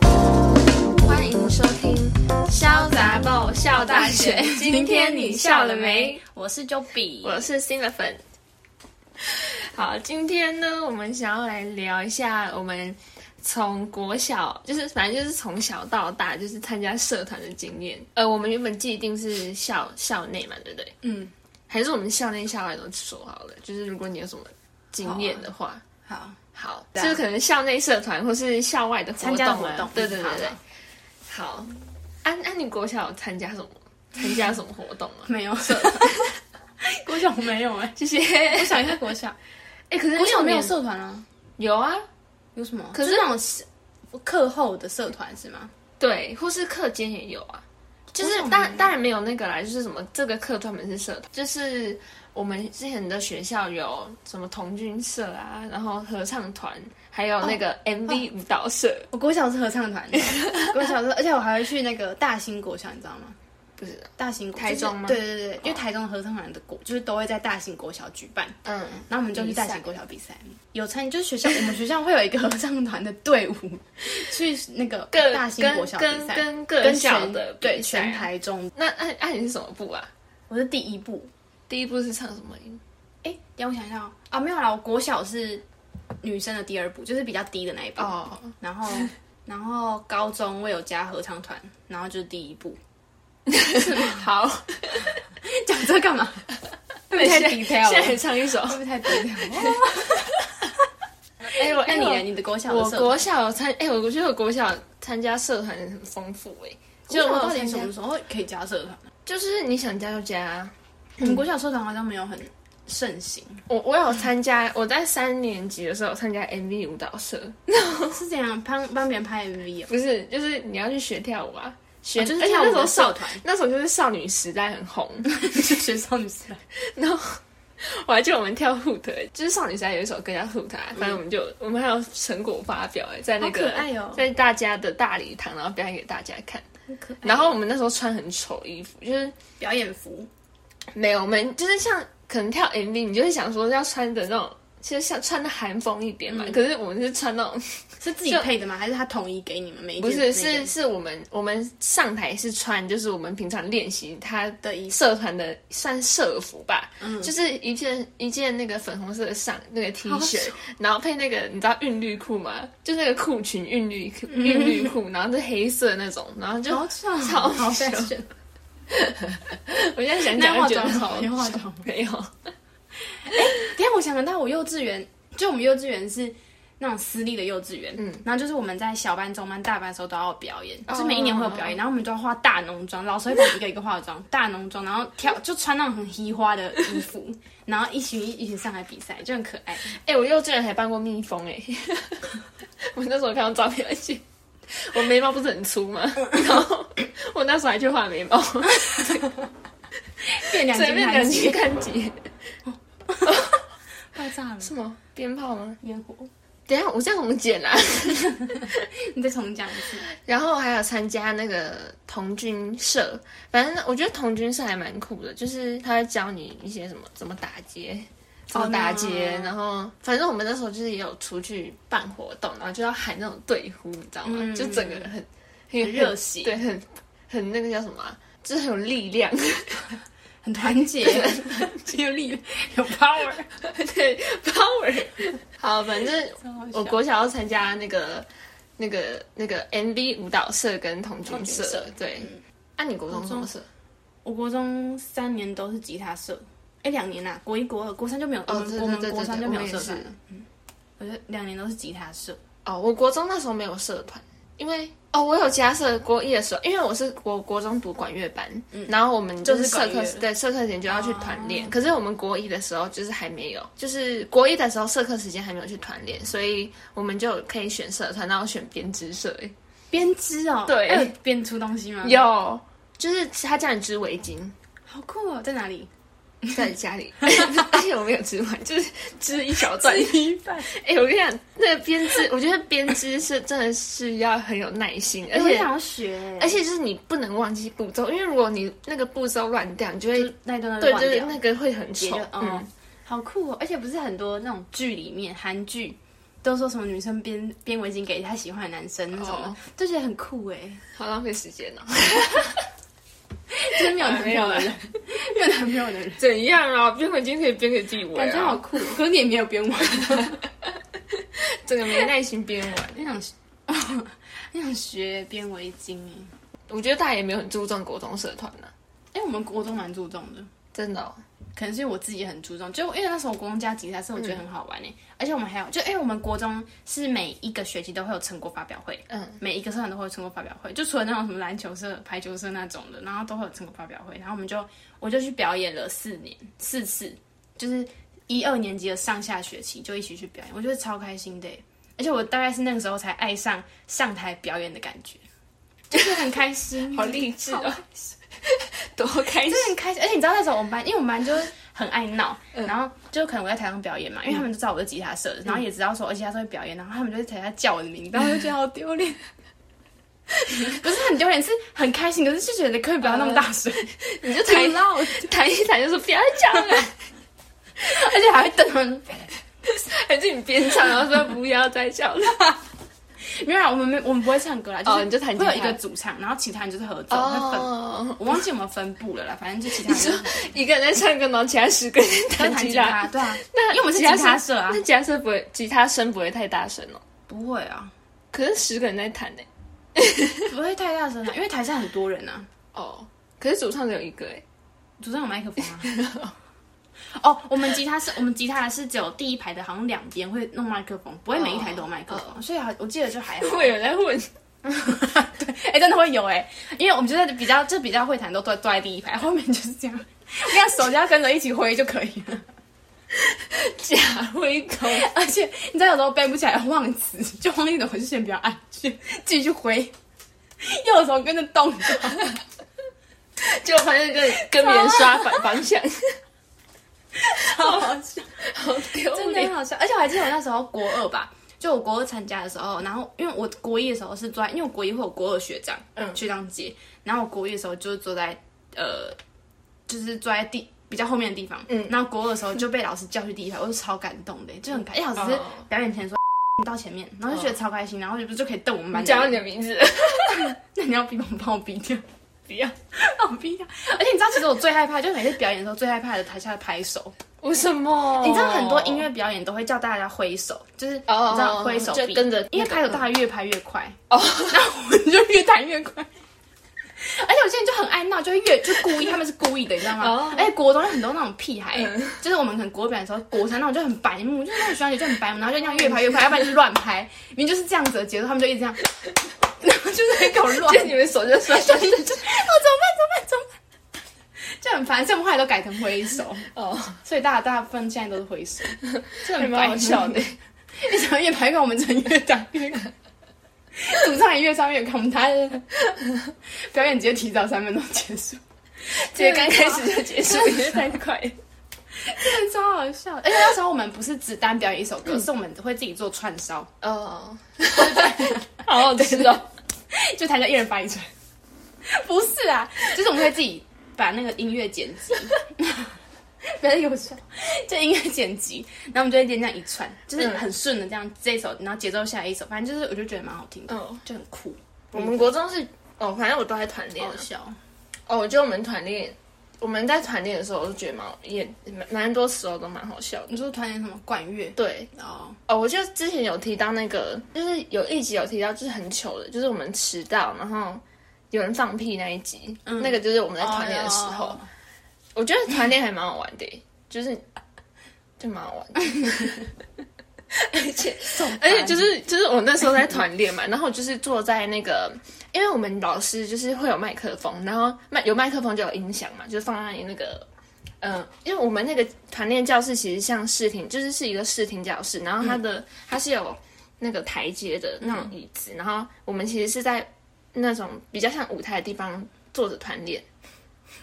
欢迎收听《潇洒爆笑大学》， 今天你笑了没？？我是就比，我是新的粉。好，今天呢，我们想要来聊一下我们从国小，就是反正就是从小到大，就是参加社团的经验。呃，我们原本既定是校校内嘛，对不对？嗯，还是我们校内校外都说好了。就是如果你有什么经验的话，好，好，对啊就是可能校内社团或是校外的活参动加的啊，活动对对对对好。好，安、安，你国小有参加什么？参加什么活动 啊？没有， 国小没有哎，这些，我想一下国小，哎、可是国小没有社社团啊？有啊，有什么？可是就那种课后的社团是吗？对，或是课间也有啊。就是我想当当然没有那个啦，就是什么这个课专门是社团，就是我们之前的学校有什么童军社啊，然后合唱团，还有那个 MV 舞蹈社，我国小是合唱 团的，国小是，而且我还会去那个大兴国小，你知道吗？不是？大兴国台中吗就是对对对，因为台中合唱团的国就是都会在大兴国小举办，嗯，然后我们就去大比赛型国小比赛，有参就是学校 我们学校会有一个合唱团的队伍去那个各大型国跟小比跟赛，跟各跟校全的对比赛啊全。台中，那那那你是什么部啊？我是第一部。第一部是唱什么音？哎，等一下我想一下哦，啊没有啦，我国小是女生的第二部，就是比较低的那一部。哦，然后 然后高中我有加合唱团，然后就是第一部。好，讲这干 嘛？会不会太 detail 现在了？唱一 首。会不会太哦 detail 了？哎，我那哎你我呢？你的国小的我社团国小有参，哎、我觉得我国小参加社团很丰富哎、就我我有到底参什加么，时候可以加社团？就是你想加就啊加。我们国小社团好像没有很 盛行，我我嗯有参加，我在三年级的时候有参加 MV 舞蹈社，是这样帮帮别人拍 MV 哦，不是，就是你要去学跳舞啊，学、哦就是而且跳那舞时候的少社团， 那时候就是少女时代很红， 是学少女时代。我还记得我们跳 hoot，、欸、就是少女时代有一首歌叫 hoot，、啊、反正我们就、我们还有成果发表哎、在那嗯好个可爱哦在大家的大礼堂，然后表演给大家看。可然后我们那时候穿很丑衣服，就是表演服，没有，我们就是像可能跳 MV，你就会想说要穿的那种，其实像穿的韩风一点嘛。嗯可是我们是穿那种，是自己配的吗？还是他统一给你们每一不件是每一是件是我们我们上台是穿，就是我们平常练习他的衣服？社团的算社服吧，就是一件一件那个粉红色的上那个 T 嗯好恤丑，然后配那个你知道韵律裤吗？就那个裤裙韵律裤嗯韵律裤，然后是黑色那种，然后就好丑，超好丑 fashion。我现在想那讲化就觉妆得吗好你化妆吗没有。等一下我想到我幼稚园，就我们幼稚园是那种私立的幼稚园，嗯，然后就是我们在小班、中班、大班的时候都要表演，就是每一年会有表演，然后我们就要化大浓妆，老师会帮我们一个一个化妆，大浓妆，然后跳就穿那种很嘻花的衣服，然后一群一群上来比赛，就很可爱。哎、我幼稚园还扮过蜜蜂哎、 我那时候看到照片，而且我眉毛不是很粗吗？然后我那时候还去画眉毛，变两随斤便还两是斤看几爆炸了，什么鞭炮吗？烟火。等一下我这样怎么剪啊？你再重讲一次。然后还有参加那个童军社，反正我觉得童军社还蛮酷的，就是他会教你一些什么怎么打劫。怎么打劫哦那啊然后反正我们那时候就是也有出去办活动，然后就要喊那种队呼，你知道吗？嗯就整个很很很热血对，很很那个叫什么啊、就是很有力量， 很团结，很有力，有 power。对 power。好， 反正我我国小要参加那个那个那个 MV 舞蹈社跟童军社，童军社嗯对。那、你国中国什中么社？我国中三年都是吉他社，哎，两年啦、国一、国二、国三就没有，我哦，们对对国我对们国对三对，就我没们有也社是团。。我觉得两年都是吉他社，哦，我国中那时候没有社团，因为哦，我有加社国一的时候，因为我是国国中读管乐班，然后我们就是嗯就是社管乐哦课时对社课时间就要去团练，可是我们国一的时候就是还没有，就是国一的时候社课时间还没有去团练，所以我们就可以选社团，然后选编织社、欸编织哦，对还有编出东西吗？，有，就是他叫你织围巾，好酷哦，在 哪里？在你家里， 而且我没有织完，就是织一小段。一半，哎、我跟你讲，那个编织，我觉得编织是真的是要很有耐心，而哎我且想要学，而且就是你不能忘记步骤，因为如果你那个步骤乱掉，你就会就嗯那一段对都，就是乱掉那个会很也丑就。嗯嗯，好酷哦，而且不是很多那种剧里面韩剧都说什么女生编编围巾给她喜欢的男生那种的哦就觉得很酷 哎，好浪费时间哦。就是没有男朋友的啊人，没有男朋友的人， 怎样啊？编围巾可以编给自 己围、啊，感觉好酷。哦可是你也没有编完，整个没耐 心编完。你 想，你想学编围巾哎？我觉得大家也没有很注重国中社团呢、啊哎、我们国中蛮注重的，真的、哦。可能是因为我自己很注重，就因为那时候我国中加吉他社，我觉得很好玩哎、而且我们还有，就因哎为我们国中是每一个学期都会有成果发表会，嗯，每一个社团都会有成果发表会，就除了那种什么篮球社、排球社那种的，然后都会有成果发表会，然后我们就我就去表演了四年四次，就是一二年级的上下学期就一起去表演，我觉得超开心的耶、而且我大概是那个时候才爱上上台表演的感觉，就是很开 心，好励志哦， 多开心真！的很开心。而且你知道那时候我们班，因为我们班就是很爱闹，嗯然后就可能我在台上表演嘛，因为他们都知道我是吉他社的，然后也知道说我吉他社会表演，然后他们就在台下叫我的名字，然后我就觉得好丢脸。不是很丢脸，是很开心，可是就觉得可以不要呃那么大声， 你就弹闹，弹一弹，就说不要讲了，而且还会瞪他们。 还是你边唱，然后说不要再叫了。没有啦，我们没我们不会唱歌啦，就哦是你就弹吉会他有一个主唱，然后其他人就是合奏，会分。哦，我忘记有没有分布了啦，反正就 其他人就是一个人在唱歌，然后其他十个人都弹弹吉他。他，对啊，那因为我们是吉他社啊那吉他社不会，吉他声不会太大声哦。不会啊，可是十个人在弹呢。不会太大声啊，因为台下很多人啊。哦，可是主唱只有一个哎。主唱有麦克风啊。 哦，我们吉他是，我们吉他是只有第一排的，好像两边会弄麦克风，不会每一台都有麦克风，哦所以好，我记得就还好。会有人在问， 哎、真的会有哎、因为我们就在比较就比较会弹，都坐坐在第一排，后面就是这样，这样手就要跟着一起挥就可以了。假挥空。 而且你知道有时候背不起来忘词，就忘记怎么去先不要按，就自己去挥，右手跟着动就好。结果发现跟跟别人刷反方向，好好笑。 好丢 真的脸很。好笑。而且我还记得我那时候国二吧，就我国二参加的时候，然后因为我国一的时候是坐在，因为我国一会有国二学长，嗯学长姐，然后我国一的时候就是坐在呃，就是坐在第比较后面的地方，嗯然后国二的时候就被老师叫去第一排，我就超感动的，就很开，因为老师哦表演前说。 到前面，然后就觉得超开心，然后就不就可以瞪我们班你嗯的讲人。到你的 名字，那 你要逼我帮我逼掉， 不要。帮我逼掉。而且你知道，其实我最害怕，就是每次表演的时候最害怕的台下的拍手。为什么？你知道很多音乐表演都会叫大家挥手，就是你知哦道挥手就臂跟着因为那个拍手大家越拍 越快，哦，然后我们就越弹越快。而且有些人就很爱闹，就会越就故意，他们是故意的，你知道吗哦？嗯哎、国中有很多那种屁孩，就是我们可能国表的时候，国三那种就很白目，就是那种学长姐就很白目，然后就那样越嗯拍越快，要不然就是乱拍，明明就是这样子的节奏，他们就一直这样，然后就是很搞 乱，就你们手就摔就下是去就哦怎么办怎么办怎么办，就很烦，所以我们后来都改成挥手。哦，所以大家大部分现在都是回收，这还很蛮好笑的。。一场越排给我们真的越打 越高，主唱也越唱越高，我们大家表演直接提早三分钟结 束，直接刚开始就结束，因 为太快。真的超好 笑。而嗯且那时候我们不是只单表演一首歌，是我们会自己做串烧，哦， 好好吃哦。就台下一人发 一串。不是啊，就是我们会自己把那个音乐剪辑， 不要有笑，就音乐剪辑，然后我们就会连这样一串，就是很顺的这样这一首，然后节奏下一首，反正就是我就觉得蛮好听的，嗯哦就很酷，我们国中是哦，反正我都在团练好啊好。笑。哦，我觉得我们团练，我们在团练的时候，我就觉得蛮好也蛮蛮多时候都蛮好笑的。你说团员什么管乐？对，哦，哦，我就之前有提到那个，就是有一集有提到，就是很糗的，就是我们迟到，然后有人放屁那一集，那个就是我们在团练的时候，嗯哦我觉得团练还蛮好玩的耶，就是就蛮好玩的，而且而且就是就是我那时候在团练嘛，然后我就是坐在那个，因为我们老师就是会有麦克风，然后麦有麦克风就有音响嘛，就是放在那个。嗯，因为我们那个团练教室其实像视听，就是是一个视听教室，然后它的、它是有那个台阶的那种椅子，然后我们其实是在那种比较像舞台的地方坐着团练，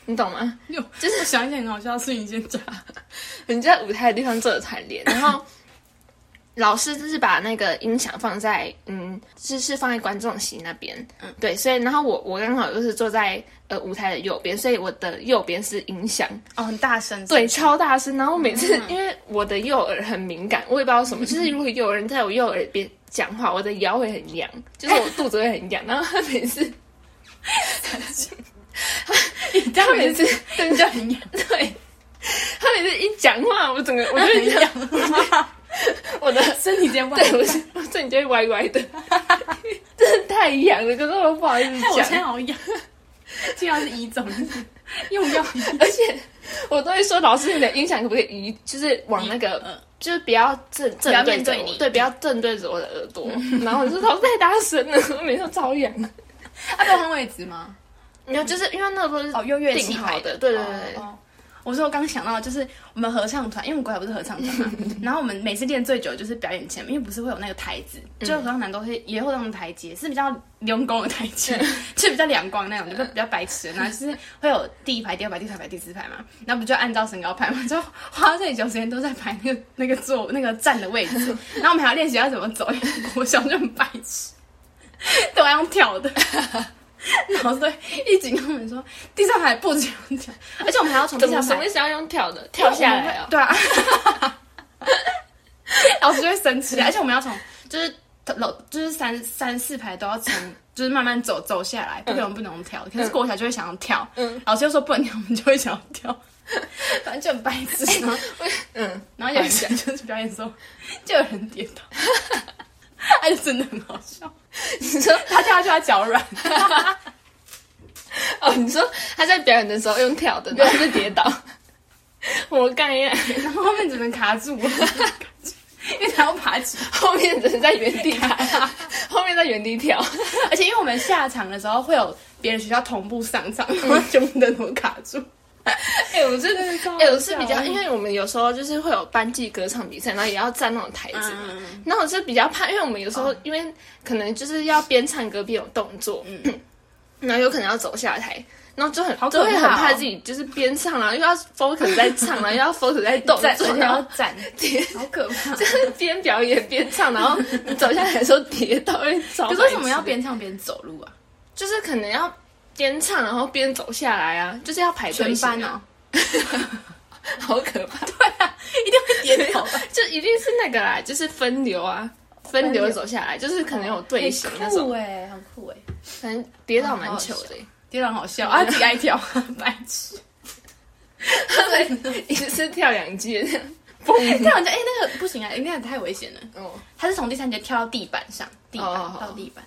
你懂吗？有，就是我想一件很好笑的事情，先讲。你在舞台的地方做了团练，然后老师就是把那个音响放在嗯，是是放在观众席那边，嗯，对，所以然后我我刚好就是坐在呃舞台的右边，所以我的右边是音响，哦，很大声，对，超大声。然后每次、因为我的右耳很敏感，我也不知道为什么，就是如果有人在我右耳边讲话，我的腰会很痒，就是我肚子会很痒。然后他每次你这他样每每次次 真的很痒，对，他每次一讲话，我整个我就很很想 痒，我的身体直接 歪对，我是我瞬间就会歪歪的， 真的太痒了，可是我不好意思害我现在讲，好痒， 竟然是一 种用药而且我都会说老师，你的音响可不可以移，就是往那个。嗯就是不要正不要正对面着对我你对，不要正对着我的耳朵。 然后我就说太大声了，我每次都超痒。啊，都换位置吗？没有，就是因为那个都是哦，用乐器定好的，的对对对对哦哦我说我刚想到，就是我们合唱团，因为我们国小不是合唱 团嘛，然后我们每次练最久的就是表演前，因为不是会有那个台子，嗯就合唱团都是也会有那种台阶，是比较两光的台阶，嗯 就比较两光那种，就比较白痴的那种，然后就是会有第一排、第二排、第三排、第四排嘛，那不就按照身高排嘛，就花最久时间都在排那个那个座那个站的位置，然后我们还要练习要怎么走，因为国小就很白痴，都要用 跳的。然后对，一警告我们说第三排不准跳，而且我们还要从第怎么三什么排意思要用跳的 跳下来啊？对啊，啊老师就会生气，而且我们要从就是楼就是三三四排都要从。就是慢慢走走下来，不嗯可能不能跳。可是过小就会想要跳，老师又说不能跳，我们就会想要跳，反正就很白痴。 然后嗯，然后有一次 就是表演的时候，就有人跌倒， 哎，真的很好笑。嗯你说他跳下去，他脚软， 哦，你说他在表演的时候用跳的，然后就 跌倒，我干呀！然后后面只能卡住 我，因为他要爬起来。后面只能在原地 爬，后面在原地跳。而且因为我们下场的时候会有别的学校同步上场，然后全部人都卡住。哎、我真的，哎、我是比较，因为我们有时候就是会有班级歌唱比赛，然后也要站那种台子嘛。嗯，哦那我是比较怕，因为我们有时候、因为可能就是要边唱歌边有动作， 然后有可能要走下台，然后就很、嗯好就可会很怕哦怕自己就是边唱，啊然后又要 focus 在唱，然啊后又要 focus 在动站，作，而且然要后站，跌， 好可怕。就是 边表演边唱，然后你走下来的时候跌倒，会超可是为什白么痴要的边唱边走路啊？就是可能要边唱然后边走下来啊，就是要排队全班型哦啊啊，， 好可怕！一定会跌倒。就一定是那个啦，就是分流啊，分流哦走下来，就是可能有队形那很种酷，哎，很酷哎，反正跌倒蛮糗的、跌倒很好笑啊，自己爱跳， 白痴。对，一次跳两阶， 嘣！跳完就哎，那个不行啊，那个太危险了。哦，他是从第三节跳到地板上，地板哦到地板，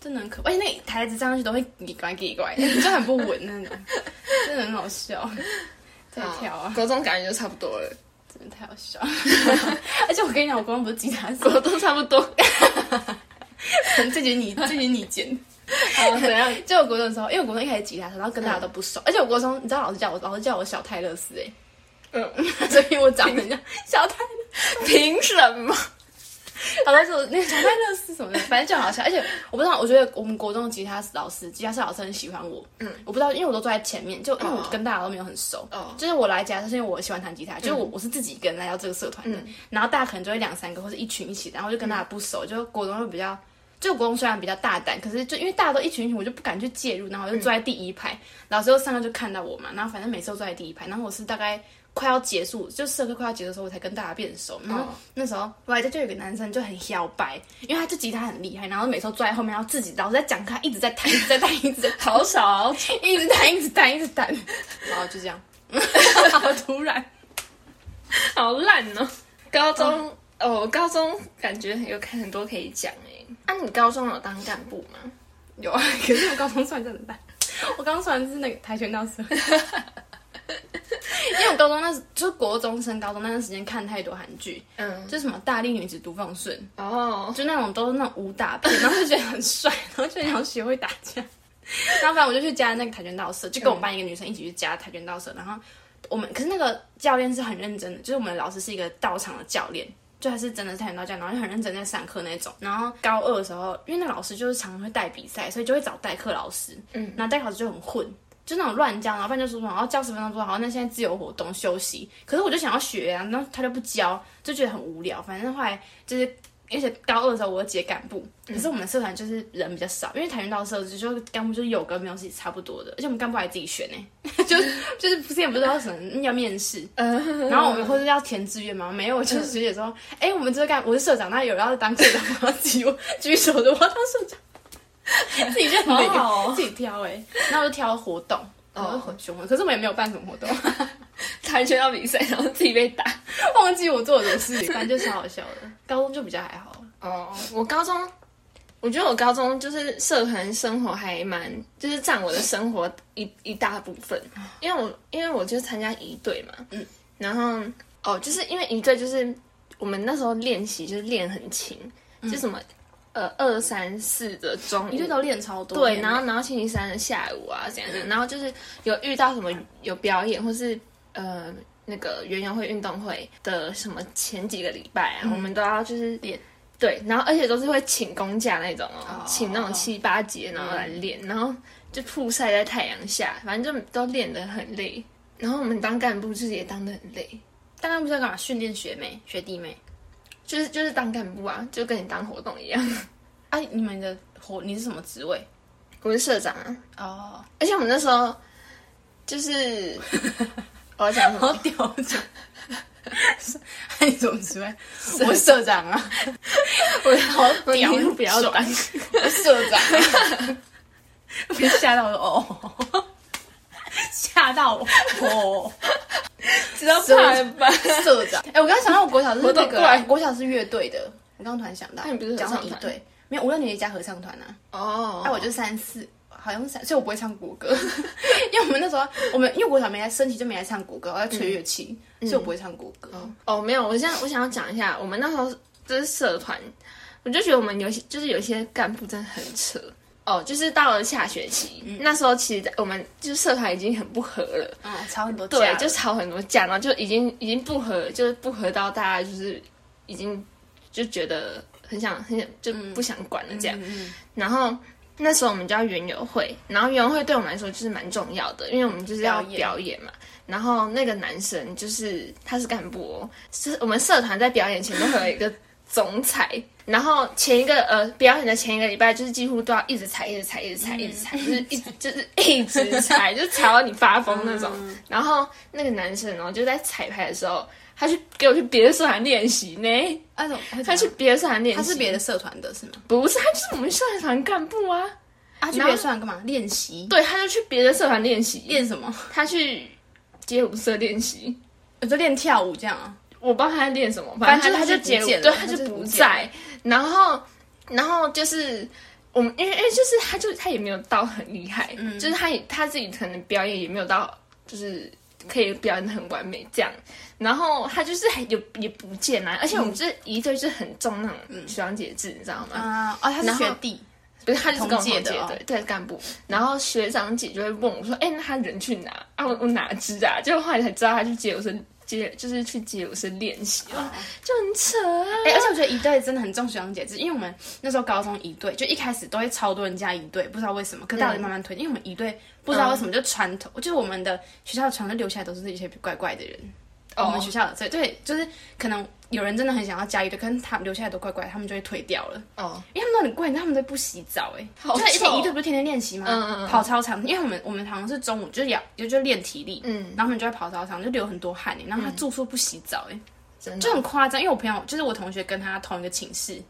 真的很可怕。而且哎那个台子站上去都会叽呱叽 呱，就很不稳那种，真的很 好笑。再跳啊，国中感觉就差不多了，真的太好笑。 而且我跟你讲，我刚刚不是吉他 手，国中差不多。这局你 这局你剪。哦，怎样？就我国中的时候，因为我国中一开始吉他手，然后跟大家都不熟，而且我国中你知道老师叫我老师叫我小泰勒斯哎、嗯， 所以我长得像小泰 勒凭什么？好像是那个小泰勒斯什么的，反正就很好笑。而且我不知道，我觉得我们国中的吉他老师、吉他社老师很喜欢我。嗯，我不知道，因为我都坐在前面，就因为我跟大家都没有很熟。哦就是我来吉他社，是因为我喜欢弹吉他，就是我我是自己一个人来到这个社团的。然后大家可能就会两三个或者一群一起，然后就跟大家不熟，就国中就比较。就国中虽然比较大胆，可是就因为大家都一群一群，我就不敢去介入，然后我就坐在第一排。老师又上课就看到我嘛，然后反正每次都坐在第一排，然后我是大概快要结束，就社课快要结束的时候，我才跟大家变熟。然后那时候我还记得就有一个男生就很摇摆，因为他就吉他很厉害，然后每次都坐在后面，然后自己老是在讲课，他一直在弹，一直在弹，一直在弹，好少，一直弹，一直弹，一直弹，然哦后就这样，好突然。好烂哦！高中哦，高中感觉有很多可以讲哎。啊，你高中有当干部吗？ 有啊，可是我高中算真的烂， 我高中算是那个跆拳道社， 因为我高中那时就是国中升高中那段时间看太多韩剧，嗯，就什么大力女子独凤顺，哦，就那种都是那种武打片，然后就觉得很帅，然后就很想学会打架。 然后反正我就去加那个跆拳道社，就跟我们班一个女生一起去加跆拳道社。然后我们可是那个教练是很认真的，就是我们的老师是一个道场的教练，就他是真的是跆拳道教练，然后就很认真在上课那种。然后高二的时候，因为那老师就是常常会带比赛，所以就会找代课老师。嗯，然后代课老师就很混，就那种乱教，然后不然就说什么，然后教十分钟说好，那现在自由活动休息。可是我就想要学啊，然后他就不教，就觉得很无聊。反正后来就是，而且高二的时候我又接干部，可是我们社团就是人比较少，因为跆拳道社就是干部就是有跟没有是差不多的，而且我们干部还自己选呢、 就就是之前不是要什么要面试，然后我们或者要填志愿吗？没有，就是学姐说，哎、我们这个干我是社长，那有人要当社长吗？自己举手的我要当社 长，自己就很累好好哦自己挑哎、然后我就挑活动。然后很凶，可是我们也没有办什么活动， 跆拳道比赛，然后自己被打。忘记我做了什么事情，反正就超好笑的。高中就比较还好了，哦，我高中，我觉得我高中就是社团生活还蛮，就是占我的生活一一大部分，啊因为我因为我就是参加一队嘛，嗯，然后哦，就是因为一队就是我们那时候练习就是练很勤，就什么、呃二三四的中午嗯一队都练超多对，天然后然后星期三的下午啊，这样子，然后就是有遇到什么有表演或是呃那个园游会运动会的什么前几个礼拜啊，我们都要就是练。对，然后而且都是会请公假那种哦，哦请那种七八节然后来练，然后就曝晒在太阳下，反正就都练得很累。然后我们当干部就是也当得很累，刚刚不是在干嘛训练学妹、学弟妹就是就是当干部啊，就跟你当活动一样。 啊？你们的活你是什么职位？我是社长啊，哦，而且我们那时候就是我要讲什么？好屌 长，还有什么职位？我是社长啊，我好屌，你不要爽当，我是社长、啊，我被吓到我说哦，吓到我哦，知道怕了吧？社长。哎、我刚刚想到我国小是我都那个怪啊，国小是乐队的，我刚刚突然想到，那你不是合讲到唱一团队，没有，我六年级加合唱团啊。哦，哎、我就三四，好像是三，所以我不会唱国歌， 因为我们那时候我们因为国小没来升旗就没来唱国歌，我在吹乐器，嗯所以我不会唱国歌。哦，没有，我现在我想要讲一下，我们那时候就是社团，我就觉得我们有些就是有些干部真的很扯。哦，就是到了下学期，那时候其实我们就是社团已经很不合了，嗯，吵很多架对了，就吵很多架，然后就已经已经不合，就是不合到大家就是已经就觉得很想很想就不想管了这样。嗯嗯然后那时候我们就要园游会，然后园游会对我们来说就是蛮重要的，因为我们就是要表演表演嘛。然后那个男生就是他是干部、哦，是我们社团在表演前都会有一个总裁，然后前一个呃表演的前一个礼拜就是几乎都要一直踩，一直踩，一直嗯踩，一直踩，就是一直就是一直踩， 就踩到你发疯那种。嗯然后那个男生哦，就在彩排的时候，他去给我去别的社团练习呢，啊怎么会他去怎么别的社团练习，他是别的社团的是吗？不是他就是我们社团干部啊。啊，去然别后的社团干嘛？练习对，他就去别的社团练习，练什么？他去街舞社练习。我就练跳舞这样啊。我不知道他在练什么，反反正正就是他就他就街不舞，见了对，他他就就不不见在。然后，然后就是我们，因为因为就是他就他也没有到很厉害，就是他也他自己可能表演也没有到，就是可以表演的很完美这样。然后他就是还有也不见啊，而且我们就是一对就是很重那种学长姐制，你知道吗？啊，哦，他是然后学弟，不是，他就是跟我同届同届的哦对对干部，然后学长姐就会问我说：“哎、那他人去哪？啊，我我哪知啊？”就后来才知道他去街舞社街，就是去街舞社练习，哦哇就很扯啊！哎、而且我觉得一队真的很重学长姐制，因为我们那时候高中一队，就一开始都会超多人加一队，不知道为什么，可大家慢慢推，因为我们一队不知道为嗯什么就传统，就是我们的学校的传统留下来都是一些怪怪的人，哦我们学校的，所以对，就是可能有人真的很想要加一队，可是他们留下来都怪怪，他们就会退掉了。哦，因为他们都很贵，他们都不洗澡哎、好就是而且臭一队不是天天练习吗？嗯嗯嗯跑操场，因为我们我们好像是中午就是要就就练体力，嗯然后他们就会跑操场，就流很多汗哎、然后他住宿不洗澡哎、真就的很夸张，因为我朋友就是我同学跟他同一个寝室，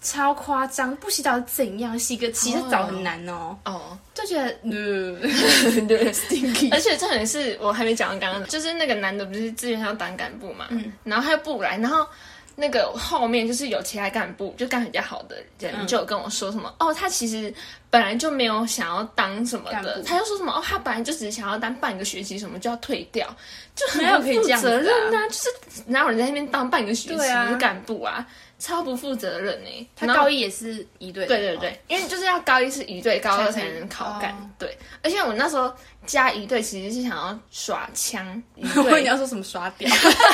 超夸张，不洗澡是怎样？洗个洗个澡很难哦，哦，就觉得嗯， 对。 stinky，而且重点是我还没讲完，刚刚的就是那个男的不是自愿要当干部嘛，然后他又不来，然后那个后面就是有其他干部，就干比较好的人，就有跟我说什么、哦，他其实本来就没有想要当什么干的部，他就说什么哦，他本来就只是想要当半个学期什么就要退掉，就很哪有不可以负这样子啊责任呐、就是哪有人在那边当半个学期对啊的干部啊，超不负责任哎、他然后高一也是一队的，对对对，因为就是要高一是一队，高二才能考干。哦对，而且我那时候加一队其实是想要耍 枪一哦。我以为你队，要说什么刷屌，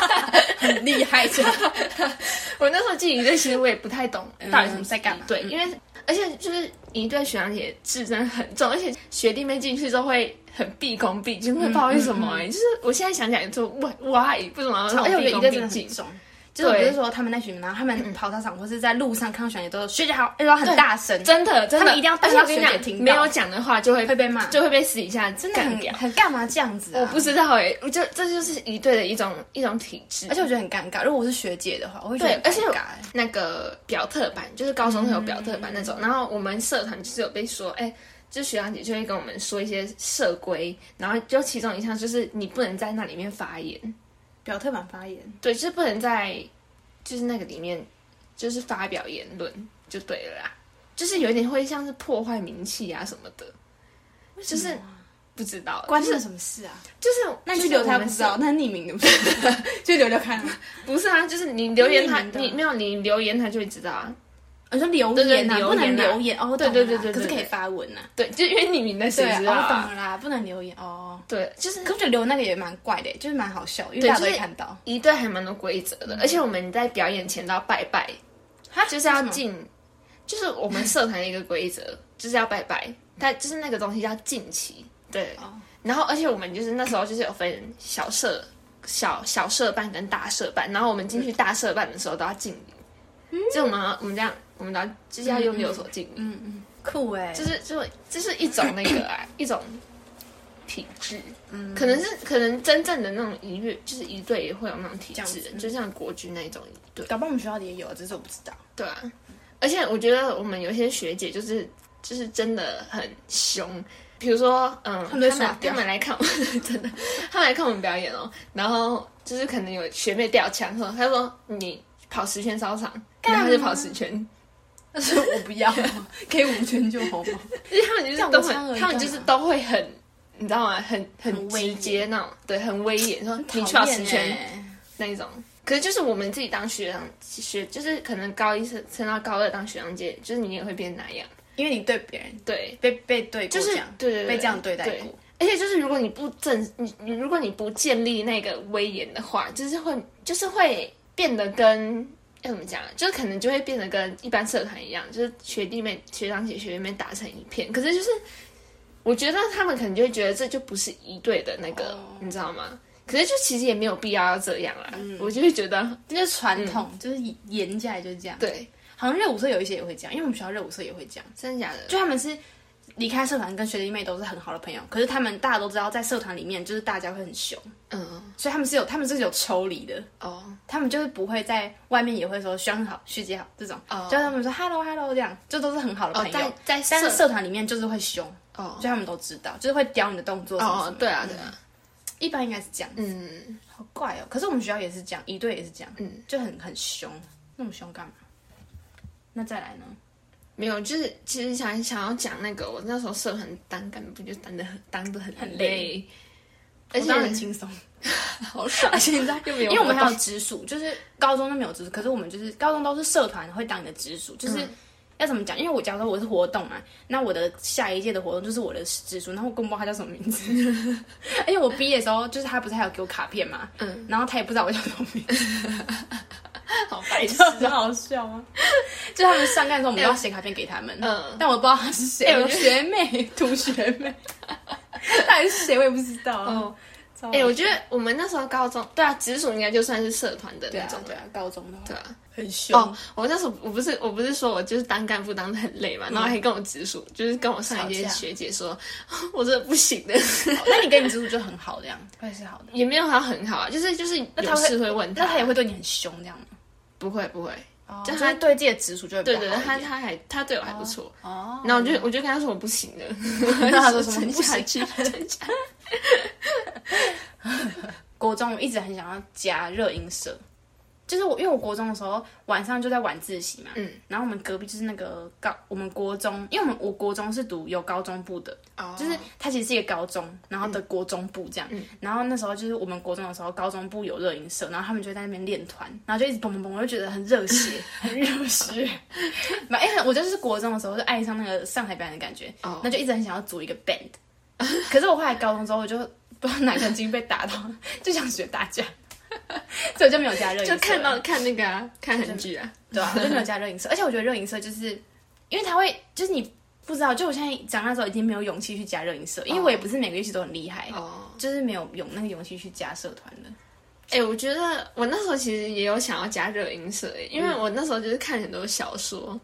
很 厉害，真的嗯我那时候进一队其实我也不太懂到底什么在干嘛对，因为而且就是你对学长姐质真的很重，而且学弟妹进去之后会很毕恭毕敬，会不知道为什嗯么、欸。就是我现在想起来就哇哇，哎不怎么那而种且我觉毕得一恭个真毕的很敬。重。就是我不是说他们那群，然后他们跑操场或是在路上看到学姐都学姐好，然后很大声，真的，真他的们一定要而且我跟你当学姐讲，听没到有讲的话就会会被骂，就会被私底下真真的很掉。很干嘛这样子啊？我不知道哎、欸，我就这就是一队的一种一种体制。而且我觉得很尴尬。如果我是学姐的话，我会觉得对很，而且尴尬欸那个表特版，就是高中会有表特版那种。然后我们社团就是有被说，哎、就学长姐就会跟我们说一些社规，然后就其中一项就是你不能在那里面发言，表特版发言，对，就是不能在就是那个里面就是发表言论就对了啦，就是有一点会像是破坏名气啊什么的，就是不知道，关就是你什么事啊？就是那你去留就是他我不们知道，那是匿名的不是， 就留留看啊。不是啊，就是你留言他，匿名的你没有你留言他就会知道啊。我说留对对言啊，留不能言啊留言哦。我懂了啦对对对对可是可对以发文啊。对，就因为匿名的谁对啊，知哦道我啊？懂了啦，不能留言哦。对，就是可我觉得留那个也蛮怪的，欸就是蛮好笑，因为对大家都就是会看到。一队还蛮多规则嗯的，而且我们在表演前都要拜拜，他就是要敬，就是我们社团的一个规则，就是要拜拜，但就是那个东西叫敬旗，对。哦然后，而且我们就是那时候就是有分小社、小小社办跟大社办，然后我们进去嗯大社办的时候都要敬礼，就我们要我们这样，我们都要就是要用右手敬礼，嗯嗯，酷哎，就是是就就是一种那个啊，一种体制，嗯可能是可能真正的那种一乐，就是一队也会有那种体这样制子，就像国军那一种一队，搞不好我们学校里也有，只是我不知道。对啊。而且我觉得我们有些学姐就是就是真的很凶，比如说嗯，他们们耍他掉们来看我 们，真的，他们来看我们表演哦，然后就是可能有学妹掉枪说，他说你跑十圈操场，然后她就跑十圈，但是我不要， 可以五圈就好 吗？因为他们就是像都我枪而很，已他们就是都会很，你知道吗？很很很威直严接那种，对，很威严，说你去讨跑厌十圈欸那一种。可是就是我们自己当学长学，就是可能高一升升到高二当学长姐，就是你也会变那样。因为你对别人对，被被对过就是这样，对对对被这样对待对过。而且就是如果你不正，你你如果你不建立那个威严的话，就是会就是会变得跟。要怎么讲啊？就是可能就会变得跟一般社团一样，就是学弟妹、学长姐、学妹妹打成一片。可是就是，我觉得他们可能就会觉得这就不是一队的那个哦你知道吗？可是就其实也没有必要要这样啦。嗯我就会觉得，这就是传统，就是严起来就是这样。，对，好像热舞社有一些也会这样，因为我们学校热舞社也会这样，真的假的？就他们是离开社团跟学弟妹都是很好的朋友，可是他们大家都知道在社团里面就是大家会很凶，嗯，所以他们是有他们是有抽离的，哦，他们就是不会在外面也会说兄好学姐好这种，哦就他们说 hello hello 这样，就都是很好的哦朋，友在。在但是社社团里面就是会凶，哦所以他们都知道，就是会刁你的动作什么什么哦的，对啊，对啊，一般应该是这样，嗯，好怪哦。可是我们学校也是这样，一队也是这样，嗯就很很凶，那么凶干嘛？那再来呢？没有，就是其实想想要讲那个，我那时候社团当干部就当的很当的很很累累，而我且当然很轻松，好爽， 而且你知道，又没有因为我们活动还有直属，就是高中都没有直属，可是我们就是高中都是社团会当你的直属，就是。要怎么讲？因为我假如说我是活动嘛，那我的下一届的活动就是我的直属，然后我根本不知道他叫什么名 字。而且我毕业的时候，就是他不是还有给我卡片嘛，嗯，然后他也不知道我叫什么名字，好白 痴，很好笑啊！ 就他们上干的时候，我们都要写卡片给他们，嗯，但我不知道他是谁，哎我我学妹、图学妹， 到底是谁我也不知道啊。哦，哎哎，我觉得我们那时候高中，对啊，直属应该就算是社团的对那啊种，对啊，高中的话对啊。很凶哦，我那时候我不是我不是说我就是当干部当的很累嘛，然后还跟我直属，就是跟我上一届嗯吵架学姐说， 我真的不行的， 那你跟你直属就很好这样，会是好的。也没有他很好啊，就是就是有他会事会问那他，他也会对你很凶这样吗？不会不会，哦就就是他对自己的直属就会比对较对，好一他点他还他对我还不错，哦，然后我就我就跟他说我不行了，那他说什么撑不下行？去，撑下去国中我一直很想要加热音社，就是我因为我国中的时候晚上就在晚自习嘛，嗯，然后我们隔壁就是那个高，我们国中，因为我们我国中是读有高中部的， 哦嗯就是它其实是一个高中，然后的国中部这样。然后那时候就是我们国中的时候，高中部有热音社，然后他们就在那边练团，然后就一直蹦蹦蹦，我就觉得很热血，很热血。 反正、我就是国中的时候就爱上那个上海表演的感觉，哦那就一直很想要组一个 band。可 是我后来高中之后，我就不知道哪根筋被打到，就想学打架，所以我就没有加热音就社了。看到看那个啊，看韩剧啊，对啊，我就没有加热音社，而且我觉得热音社就是。因因为他会就是你不知道，就我现在长大之后已经没有勇气去加热音社，因为我也不是每个乐器都很厉害，哦，就是没有勇那个勇气去加社团了。哎、我觉得我那时候其实也有想要加热音社、哎，因为我那时候就是看很多小说，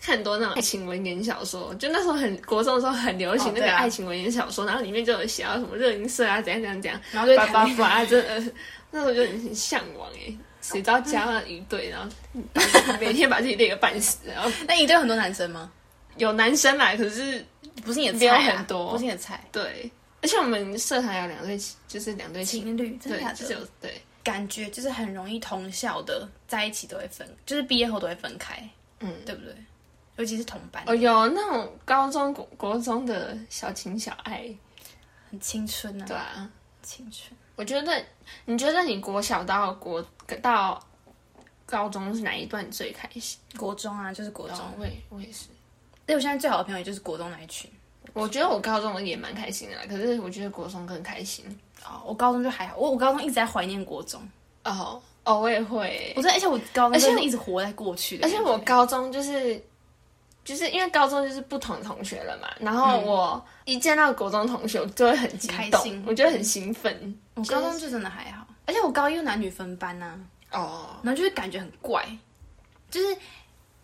看很多那种爱情文言小说，就那时候很国中的时候很流行哦那对啊个爱情文言小说，然后里面就有写到什么热音社啊，怎样怎样怎样，然后就叭谈叭恋爱叭，啊真的那时候就很向往哎、谁知道加了一队，然后每天把自己累个半死，然后那你对很多男生吗？有男生来，可是不是你的没有菜、啊，很多不是你的菜。对，而且我们社团有两对，就是两对情侣，情侣真的对假，就是有的？对，感觉就是很容易同校的在一起都会分，就是毕业后都会分开，嗯，对不对？尤其是同班，哦，有那种高中国国中的小情小爱，很青春啊，对啊，青春。我觉得你觉得你国小到国到高中是哪一段最开心？国中啊，就是国中。哦我也我也是，对我现在最好的朋友就是国中那一群。我觉得我高中也蛮开心的啦，可是我觉得国中更开心。哦，我高中就还好，我我高中一直在怀念国中，哦哦，我也会，我真的，而且我高而中且真的一直活在过去而的感觉，且我高中就是就是因为高中就是不同同学了嘛，然后我一见到国中同学，我就会很激开动心，我就会很兴奋。我高中就真的还好，而且我高一又男女分班呐、啊哦，然后就是感觉很怪，就是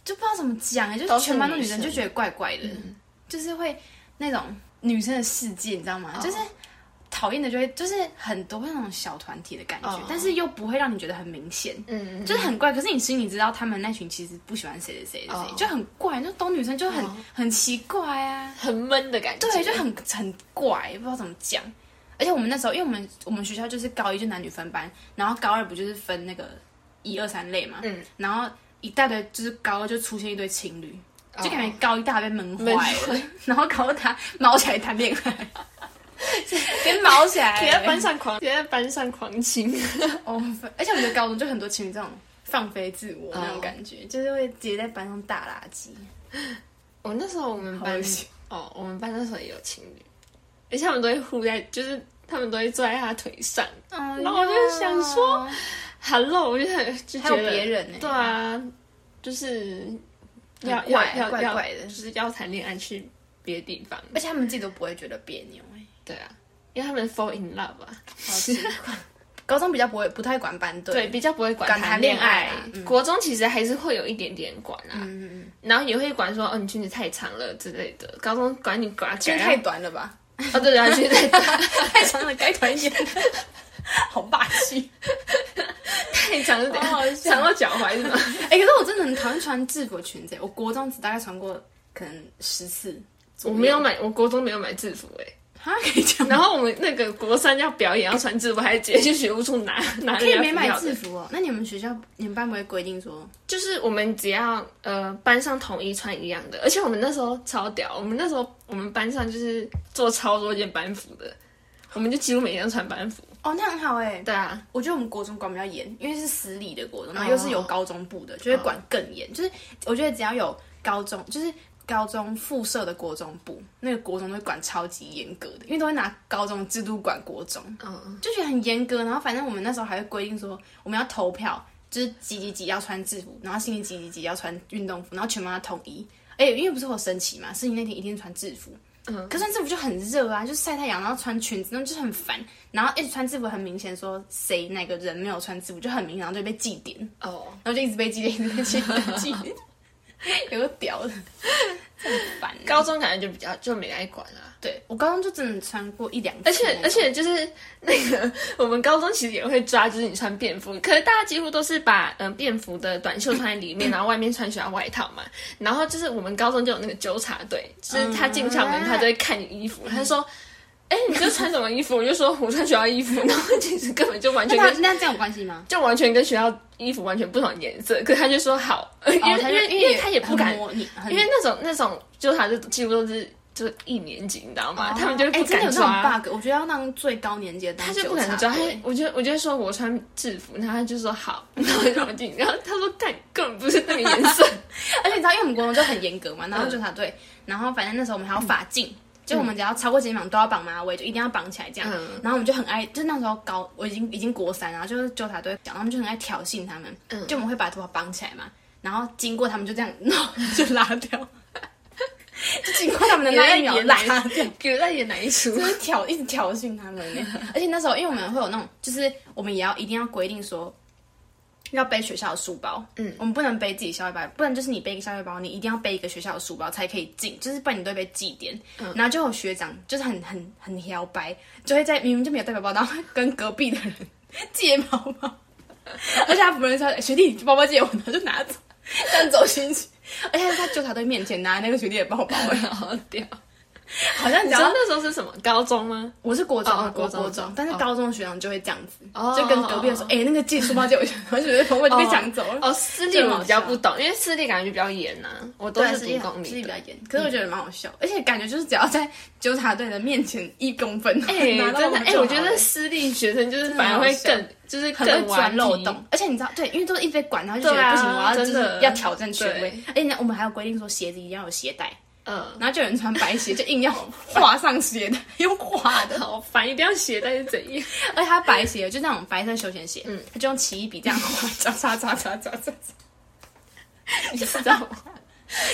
就不知道怎么讲欸就都是是全班都女女生嗯生就觉得怪怪的，就是会那种女生的世界，你知道吗？就是讨厌的就会就是很多会那种小团体的感觉，哦但是又不会让你觉得很明显。嗯，就是很怪，可是你心里知道他们那群其实不喜欢谁谁谁谁哦就很怪，那懂女生就很、很奇怪啊。很闷的感觉，对，就很很怪，不知道怎么讲。而且我们那时候，因为我们我们学校就是高一就男女分班，然后高二不就是分那个一二三类嘛，嗯，然后一大堆就是高二就出现一对情侣，就感觉高一大被闷哦闷坏了， 然后高二他毛起来谈恋 爱，别毛起来，别在班上狂，别在班上狂亲。哦，而且我觉得高中就很多情侣这种放飞自我那哦种感觉，就是会直接在班上大垃圾， 我那时候我们班好恶心哦，我们班那时候也有情侣，而且他们都会护在，就是他们都会坐在他腿上。然哦然后我就想哎说，Hello，我就很就还觉有得别人呢、对啊，就是要很怪要要怪要怪的就是要谈恋爱去别的地方。而且他们自己都不会觉得别扭、欸，对啊，因为他们 fall in love 啊，好奇怪。高中比较不会不太管班队，对，比较不会管管谈谈恋恋爱爱啊。嗯国中其实还是会有一点点管啊，嗯，嗯嗯，然后也会管说，哦，你裙子太长了之类的。高中管你管裙子太短了吧？哦，对对啊，裙子太短 太长了，该短一点。 好霸 气！太长了，好好笑长到脚踝是吗？哎、可是我真的很讨厌穿制服裙子欸，我国中只大概穿过可能十次我左右。没有买，我国中没有买制服哎、啊，可以讲，然后我们那个国三要表演要穿制服，还直接去学务处拿拿可以人家没买不要的制服哦。那你们学校你们班不会规定说就是我们只要呃班上统一穿一样的，而且我们那时候超屌，我们那时候我们班上就是做超多件班服的，我们就几乎每天都穿班服。哦那很好哎、对啊，我觉得我们国中管比较严，因为是私立的国中，哦然后又是有高中部的，就会管更严。就是我觉得只要有高中，就是高中附设的国中部，那个国中都会管超级严格的，因为都会拿高中的制度管国中，嗯，就觉得很严格。然后反正我们那时候还会规定说，我们要投票，就是几几几要穿制服，然后星期几几几要穿运动服，然后全班要统一。哎、因为不是我升旗嘛，升旗那天一定穿制服。嗯可穿制服就很热啊，就是晒太阳，然后穿裙子，那就是很烦。然后一直穿制服，很明显说谁哪个人没有穿制服，就很明显，然后就被记点，哦，然后就一直被记点，一直被记点，记点， 有个屌的，真的很烦欸、高中感觉就比较就没来管啊啦、对我高中就真的穿过一两次而那且种，而且就是那个，我们高中其实也会抓， 就是你穿便服，可是大家几乎都是把嗯、呃便服的短袖穿在里 面，然后外面穿学校外套嘛。然后就是我们高中就有那个纠察队，就是他进校门，嗯他就会看你衣服，他就说：“哎、你这穿什么衣服？”我就说：“我穿学校衣服。” 然后其实根本就完那全 他跟那这样有关系吗？就完全跟学校衣服完全不同的颜色，可是他就说好，因为、哦他因就为因为他也很不敢，摸你，很因为那种那种纠察队几乎都是就一年级，你知道吗？他们就哎不真的敢有抓。那种 bug，我觉得要让最高年级的当他就不纠敢察抓，他队我就我就说我穿制服，然后他就说好， 然后让我进，然后他说干根本不是那个颜 色，而且你知道，因为我们国中就很严格嘛，然后纠察队，然后反正那时候我们还要发镜，就我们只要超过肩膀都要绑马尾，就一定要绑起来这样。嗯然后我们就很爱，就那时候高，我已经已经国三，然后就是纠察队讲，然后他们就很爱挑衅他们，就我们会把头发绑起来嘛。然后经过他们就这样，就拉掉， 就经过他们的你在那一秒演拉哪掉。有在演哪一出？啊就是挑一直挑衅他们呢。而且那时候，因为我们会有那种，就是我们也要一定要规定说，要背学校的书包，嗯，我们不能背自己校背包，不然就是你背一个校背包，你一定要背一个学校的书包才可以进，就是不然你都会被记点。嗯然后就有学长就是很很很摇摆，就会在明明就没有带包包，然后跟隔壁的人借包包，而且他不认识他，学弟包包借我，他就拿走，这样走进去。而且他在纠察队面前拿那个学弟的包包，好屌！好像你只知要道那时候是什么高中吗？我是国中哦啊，哦国国中国中哦，但是高中的学长就会这样子，哦就跟隔壁的说，哎、那个借书包借我一下，我就觉得我就被抢走了。哦，私立我比较不懂，因为私立感觉比较严呐、我都对，是私立读好公私立立比较的。严，可是我觉得蛮好笑，而且感觉就是只要在纠察队的面前一公分，哎、 拿到真的们哎、就好我觉了得私立学生就是真的反而好会笑更就是很会更钻漏顽洞皮，而且你知道，对，因为都一直被管，然后就觉对得啊不行，我要就真是的要挑战权威对。而且呢，我们还有规定说鞋子一定要有鞋带，嗯，然后就有人穿白鞋，就硬要画上鞋带， 用画的，好烦，一定要鞋带是怎样？而且他白鞋就那种白色休闲鞋，嗯，他就用奇异笔这样画，擦擦擦擦擦擦，你知道吗？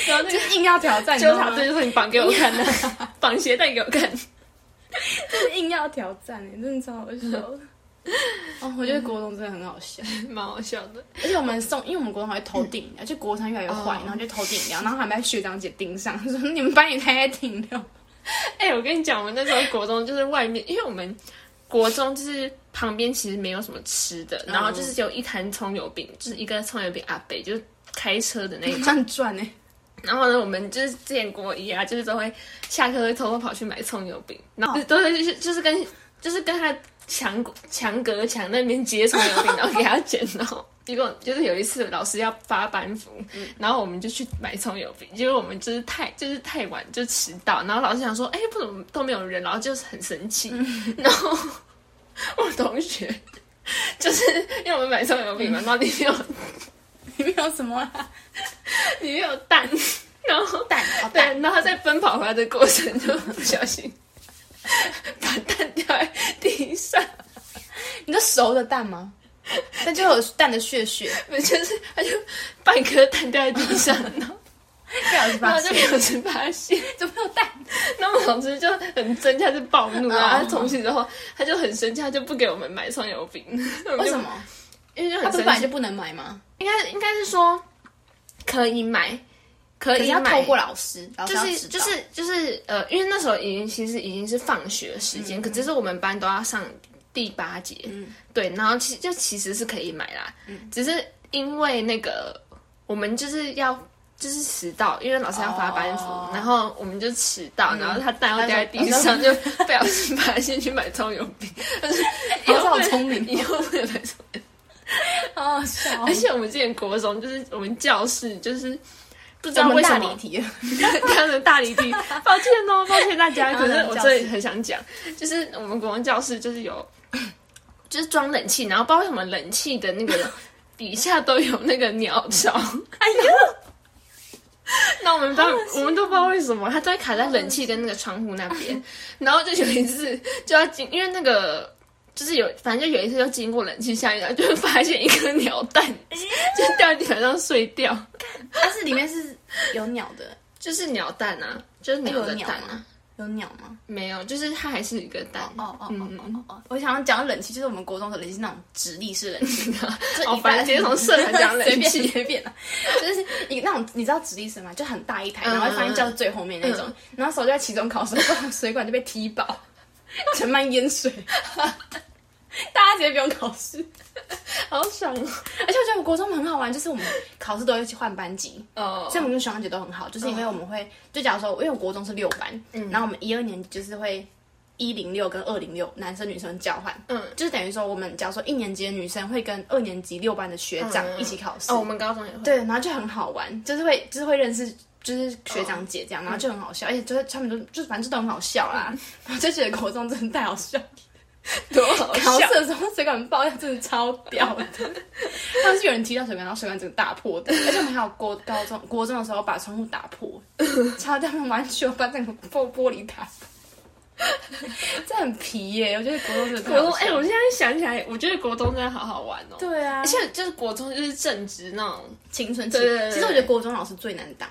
然后那就个硬要挑战，纠察你知队道吗就说你绑给我看的、 绑鞋带给我看。就是硬要挑战，哎，真的超好笑的。哦，我觉得国中真的很好笑，蛮好笑的。而且我们送，因为我们国中还会偷订饮料，就国中越来越坏哦，然后就偷订饮料，然后还被学长姐盯上，说你们班也太爱订饮料， 哎、我跟你讲，我那时候国中就是外面，因为我们国中就是旁边其实没有什么吃的，然后就是只有一摊葱油饼，就是一个葱油饼阿北，就是开车的那一种。乱转哎，然后呢，我们就是之前国一啊，就是都会下课会偷偷跑去买葱油饼，然后都会就是就是跟就是跟他墙墙隔墙那边接葱油饼，然后给他捡然后结果就是有一次老师要发班服，然后我们就去买葱油饼，结果我们就是太就是太晚就迟到，然后老师想说，哎，不怎么都没有人，然后就是很生气， 然后我同学 就是因为我们买葱油饼嘛，然后里面有你们有什么啊里面有蛋，然后蛋？好对蛋，，然后他在奔跑回来的过程就 不小心把蛋掉在地上，你说熟的蛋吗？那就有蛋的血血，就是他就半颗蛋掉在地上，然后被老师然发后就没现，有人发现， 怎么有蛋？然后我们老师就很生气，他就暴怒，哦然后他从此之后他就很生气，他就不给我们买葱油饼， 为什？么？因为就他很不是生本来气就，不能买吗？应该应该是说可以买，可可是以要透买。过老师，老师就哦要是知道就是就是呃，因为那时候已经其实已经是放学时嗯间，可只是我们班都要上第八节，对，然后其就其实是可以买啦，嗯只是因为那个我们就是要。就是迟到，因为老师要发班服哦嗯然后我们就迟到，然后他蛋他又掉在地说 上，就被老师发现去买葱油哦 饼，哎老师好聪明，哦哎以后不能买葱油饼。 好好笑而且我们之前国中就是我们教室就是不知我道们为大什离么题了， 他们大离 题，抱歉哦，抱歉大家。然可后是呢我教室真的很想讲，就是我们国文教室就是有， 就是装冷气，然后不知道为什么冷气的那 个底下都有那个鸟巢。哎呀！ 那我们班哦我们都不知道为什么，它都会卡在冷气跟那个窗户那边，然后就有一次就要经，因为那个就是有，反正就有一次就经过冷气下面，然后就会发现一颗鸟蛋，哎就掉地板上碎掉。 但是里面是有鸟的，就是鸟蛋啊，就是鸟有的哎鸟蛋啊吗。？有鸟吗？没有，就是它还是一个蛋。嗯哦哦哦哦哦！我想要讲冷气，就是我们国中的冷气是那种直立式冷气，就哦反一般正直接从社团讲冷气随便随便啊，就是一个那种你知道直立式吗？就很大一台，嗯然后会放在教最后面那种嗯，然后手就在期中考的时候，水管就被踢爆， 盛满淹水， 大家直接不用考试。好爽啊而且我觉得我国中很好玩，就是我们考试都会去换班级，哦！所以我们跟学长姐都很好，就是嗯因为我们会，就假如说，因为我国中是六班，然后我们一二年级就是会一零六跟二零六男生女生交换，嗯就是等于说我们假如说一年级的女生会跟二年级六班的学长一起考试，哦，我们高中也会。 对，然后就很好玩，就是会就是会认识。就是学哦长姐这样，嗯然后就很好笑，而且就是他们都就反正就都很好笑 啦，我就觉得国中真的太好笑了。多好考试的时候水管爆掉真的超屌的，上次有人踢到水管，然后水管整个大破的，而且我们还有国高中国中的时候把窗户打破，超他们完全把整个玻玻璃打破，这很皮耶、我觉得国中真的太国好中，笑哎、我现在想起来，我觉得国中真的好好玩哦。对啊，而且就是国中就是正直那种，青春期，对对对对其实我觉得国中老师最难当，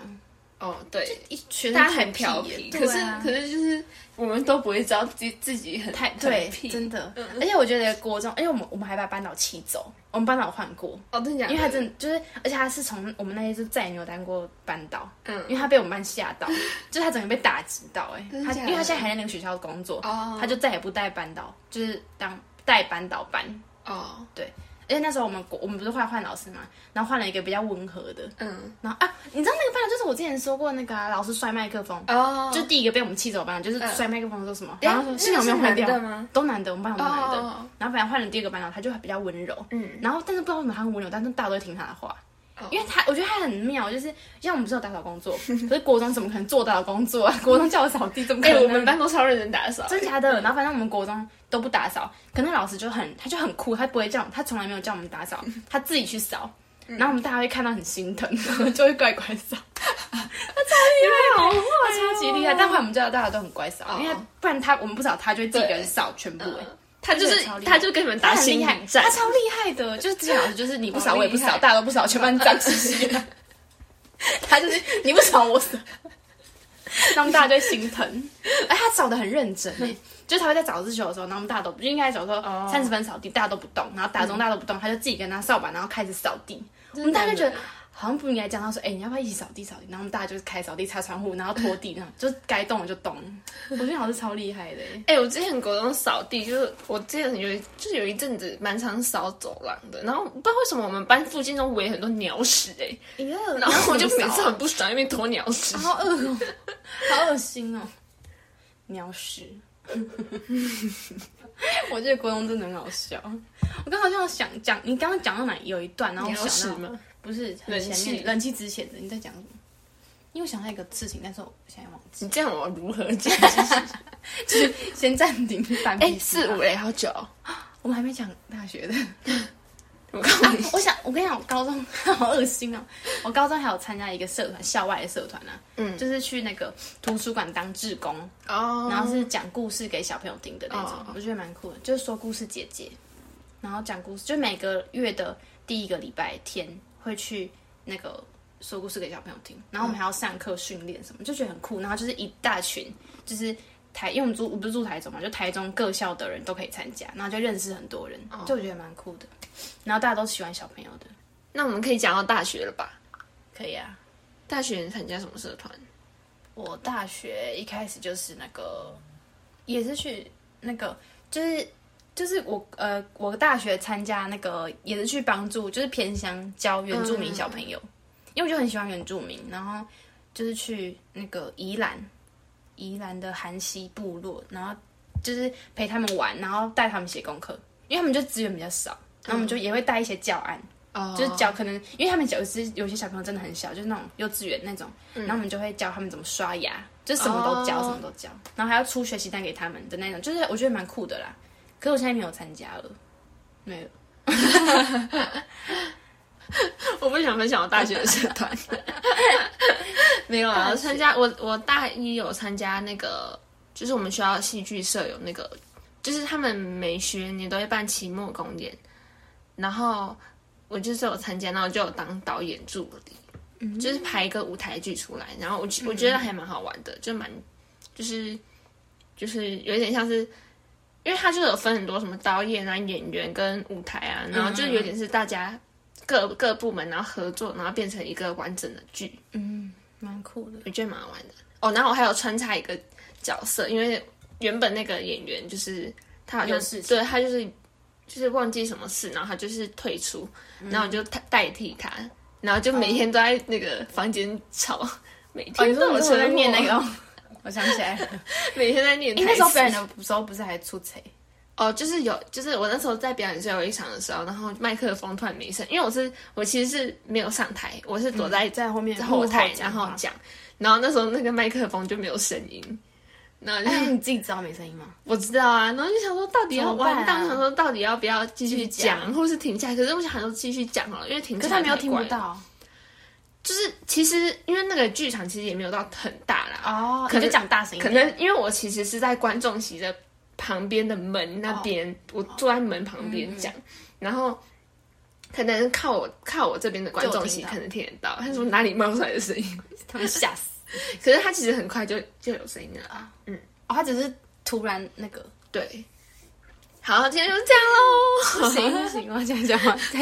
哦，对，一群大家很调皮，可可是是可是就是我们都不会知道自己自己很太很对，屁，真的，而且我觉得国中，而且我们我们还把班导气走，我们班导换过，哦，真的假的？因为他真的就是，而且他是从我们那些就再也没有当过班导，嗯因为他被我们班吓 到，就是他整个被打击到、欸，真的他假的因为他现在还在那个学校工作，哦他就再也不带班导，就是当带班导班，哦，而且那时候我们我们不是换换老师嘛，然后换了一个比较温和的，嗯然后啊，你知道那个班导就是我之前说过那个、啊、老师摔麦克风，哦，就第一个被我们气走班，就是嗯摔麦克风说什么，等一然下后说幸好没有换掉那个是男的吗？都男的，我们班有都男的。哦然后反正换了第二个班长，他就比较温柔，嗯然后但是不知道为什么他很温柔，但是大家都会听他的话哦。因为他，我觉得他很妙，就是像我们不是有打扫工作，可是国中怎么可能做打扫工作啊？国中叫我扫地，怎么可哎、能？我们班都超认真打扫，真假的？然后反正我们国中都不打扫，可那老师就很，他就很酷，他不会叫，他从来没有叫我们 打扫，他自己去扫。嗯然后我们大家会看到很心疼， 然后就会乖乖扫。好坏、他超级厉害，但后来我们知道大家都很乖扫，因为哦不然他我们不扫，他就会自己一个人扫全部、欸。嗯他就真是的超厉害他就跟你们他打很心厉害理，战他，超厉害的，就是之前老师就是你不扫好我也不厉扫，害大家都不扫，全班站起起来。 他就是你不扫 我扫，然后大家就会心疼。哎，他扫的很认真哎，就是他会在早自修的时候，然后我们大家都不就应该讲说哦三十分扫地，大家都不动，然后打钟大家都不动，他就自己跟他扫把，然后开始扫地。我们大家就觉得好像不应该这样，他说：“哎、你要不要一起扫地扫地？”然后我们大家就是开始扫地、擦窗户，然后拖地，那样就该动的就动。 我觉得老师超厉害的欸，哎、我之前国中扫地，就是我之前有一就是有一阵子蛮常扫走廊的，然后不知道为什么我们班附近都围很多鸟屎哎、然后我就每次很不爽，因为拖鸟屎。好恶哦、好恶心哦、鸟屎！ 我觉得国中真的很好笑。我刚好像想讲，你刚刚讲到哪有一段，然后我鸟屎想到吗？不是很冷前气面冷气之前的，你在讲什么？因为我想到一个事情，但是我现在忘记， 你这样我如何讲？先暂停。哎、 哎四五嘞，好久哦。我们还没讲大学 的。 我告诉你，我想，我跟你讲，我高中 好恶心哦！我高中还有参加一个社团，校外的社团啊，嗯就是去那个图书馆当志工，哦然后是讲故事给小朋友听的那种，哦我觉得蛮酷的，就是说故事姐姐，然后讲故事，就每个月的第一个礼拜天会去那个说故事给小朋友听，然后嗯我们还要上课训练什么，就觉得很酷，然后就是一大群，就是。台，因为我们住我不是住台中嘛，就台中各校的人都可以参加，然后就认识很多人，哦就我觉得蛮酷的。然后大家都喜欢小朋友的，那我们可以讲到大学了吧？可以啊。大学你参加什么社团？我大学一开始就是那个，也是去那个，就是就是我呃，我大学参加那个也是去帮助，就是偏乡教原住民小朋友，因为我就很喜欢原住民，然后就是去那个宜兰，宜兰的韩西部落，然后就是陪他们玩，然后带他们写功课，因为他们就资源比较少，然后我们就也会带一些教案。哦就是教可能，因为他们有些有些小朋友真的很小，就是那种幼稚园那种，然后我们就会教他们怎么刷牙，就是什么都教，哦什么都教，然后还要出学习单给他们的那种，就是我觉得蛮酷的啦。可是我现在没有参加了，没有。 我不想分享我大学的社团， 没有啊，我参加我我大一有参加那个，就是我们学校戏剧社有那个，就是他们每学年都会办期末公演，然后我就是有参加，然后就有当导演助理，就是排一个舞台剧出来，然后我觉我觉得还蛮好玩的，就蛮就是就是有点像是。因为他就有分很多什么导演啊、演员跟舞台啊，然后就有点是大家各各部门，然后合作，然后变成一个完整的剧，嗯，蛮酷的。我觉得蛮好玩的。哦，然后我还有穿插一个角色，因为原本那个演员就是他好像有事情对他就是就是忘记什么事，然后他就是退出，嗯然后我就代代替他，然后就哦每天都在那个房间吵， 每天都有我在在念那个 哦，我想起来了，每天在 念台词。因为那时候表演的时候不是还出 彩，哦，就是有，就是我那时候在表演最后一场的时候，然后麦克风突然没声，因为我是我其实是没有上台，我是躲在在后面在后台然后后讲，然后那时候那个麦克风就没有声音，然后就、哎，你自己知道没声音 吗？我知道啊，然后就想说到底要怎么办啊完蛋，我想说到底要不要继续继续讲讲，或是停下来？可是我想说继续讲好了，因为停可下是来他们又太听怪不了，到，就是其实因为那个剧场其实也没有到很大啦，哦，可可能就讲大声一可点，能因为我其实是在观众席的旁边的门哦那边，我坐在门旁嗯边讲，然后可能靠我靠我这边的观众席就有听到可能听得到，他说哪里冒出来的声音，他们吓死。可是他其实很快就就有声音了啊。哦，他只是突然那个，对，好，今天就这样喽。行不行？我想一想啊，再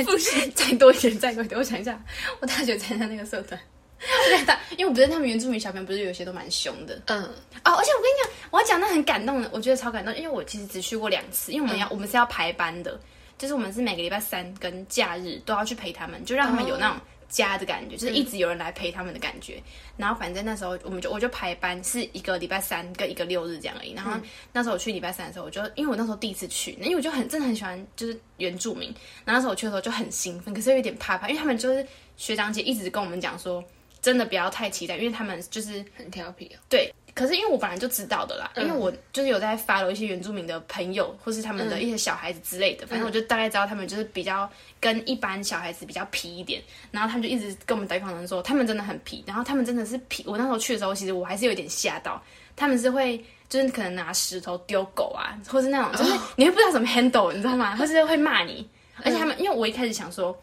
再多一点，再多一点。我想一下，我大学参加那个社团，我想到因为我不是他们原住民小朋友，不是有些都蛮凶的 嗯，哦。而且我跟你讲，我要讲那很感动的，我觉得超感动，因为我其实只去过两次，因为我们要、我们是要排班的，就是我们是每个礼拜三跟假日都要去陪他们，就让他们有那种。家的感觉，就是一直有人来陪他们的感觉。然后反正那时候我们就我就排班是一个礼拜三跟一个六日这样而已。然后那时候我去礼拜三的时候，我就因为我那时候第一次去，因为我就很真的很喜欢就是原住民。然后那时候我去的时候就很兴奋，可是又有点怕怕，因为他们就是学长姐一直跟我们讲说，真的不要太期待，因为他们就是很调皮哦。对。可是因为我本来就知道的啦，因为我就是有在 follow 一些原住民的朋友，或是他们的一些小孩子之类的，反正我就大概知道他们就是比较跟一般小孩子比较皮一点，然后他们就一直跟我们打预防针说他们真的很皮，然后他们真的是皮。我那时候去的时候，其实我还是有点吓到，他们是会就是可能拿石头丢狗啊，或是那种就是你会不知道怎么 handle，你知道吗？或是会骂你，而且他们因为我一开始想说。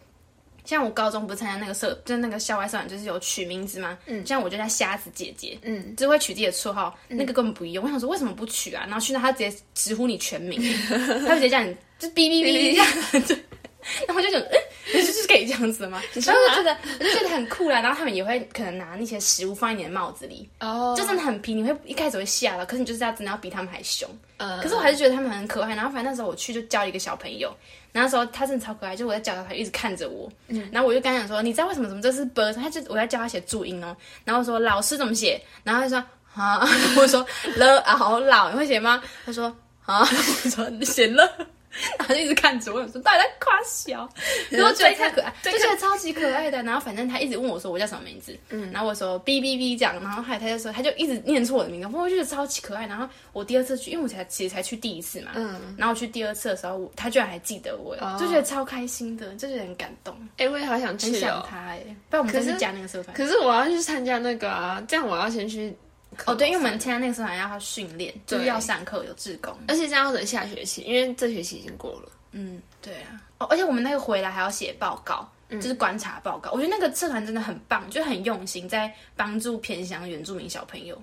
像我高中不是参加那个社，就是那个校外社团，就是有取名字嘛。嗯，像我就叫瞎子姐姐，嗯，就会取自己的绰号，嗯那个根本不用。我想说为什么不取啊？然后去那他直接直呼你全名， 他就直接叫你就哔哔哔哔这样， 对然后我就觉得，嗯，就是可以这样子的吗？你说然后我就啊觉得，我就觉得很酷啊啦。然后他们也会可能拿那些食物放在你的帽子里，哦，就真的很皮，你会一开始会吓到，可是你就是要真的要比他们还凶。呃，可是我还是觉得他们很可爱。然后反正那时候我去就交了一个小朋友，然后那时候他真的超可爱，就我在教他，他一直看着我。然后我就跟他讲说，你知道为什么什么这是 bird？他就我在教他写注音哦。然后我说老师怎么写？然后他就说啊， 我说了啊好老，你会写吗？他说啊，我说你写了。 然后就一直看着我，我说到底在夸 小，然后我觉得超可爱，就对觉得超级可爱的。然后反正他一直问我说我叫什么名字，嗯，然后我说 B B B 这样，然后还他就说他就一直念错我的名字，我就觉得超级可爱。然后我第二次去，因为我才其实才去第一次嘛，嗯，然后我去第二次的时候，我他居然还记得我，哦就觉得超开心的，就觉得很感动，哎、我也好想很去想哦。他哎。不然我们可再是去加那个社团。可是我要去参加那个啊，这样我要先去。哦，对，因为我们参加那个社团要训练，就是对要上课有志工。而且这样要等下学期，因为这学期已经过了。嗯，对啊。哦，而且我们那个回来还要写报告，嗯就是观察报告。我觉得那个社团真的很棒，就很用心在帮助偏乡原住民小朋友。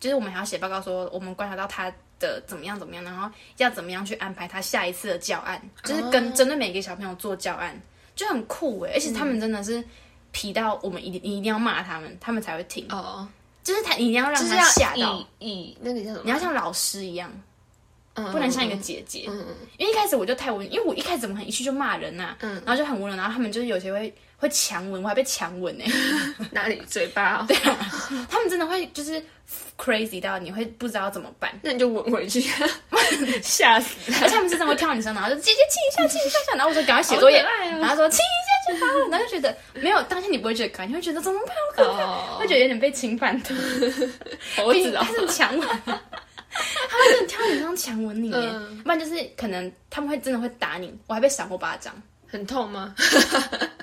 就是我们还要写报告说，我们观察到他的怎么样怎么样，然后要怎么样去安排他下一次的教案，就是哦跟针对每个小朋友做教案，就很酷欸诶。而且他嗯们真的是皮到我们一定你一定要骂他们，他们才会听。哦，就是他你一定要就让是他吓要到以，以那个叫什么？你要像老师一样。嗯不能像一个姐姐。嗯嗯因为一开始我就太文，因为我一开始怎么很一去就骂人呐、啊然后就很无聊，然后他们就是有些会会强吻，我还被强吻呢、哪里嘴巴、哦？对，他们真的会就是 crazy 到你会不知道怎么办，那你就吻回 去，吓死！而且他们是真的会跳你身，然后就姐姐亲一下，亲一下，亲一下，然后我说赶快写 作业，好可爱哦然后说亲一下就好了，然后就觉得没有当下你不会觉得可爱，你会觉得怎么办， 好可怕，哦 会，觉得有点被侵犯的，猴子他哦，是强吻。他会真的跳你身上强吻你耶，嗯不然就是可能他们会真的会打你，我还被赏过巴掌。很痛吗？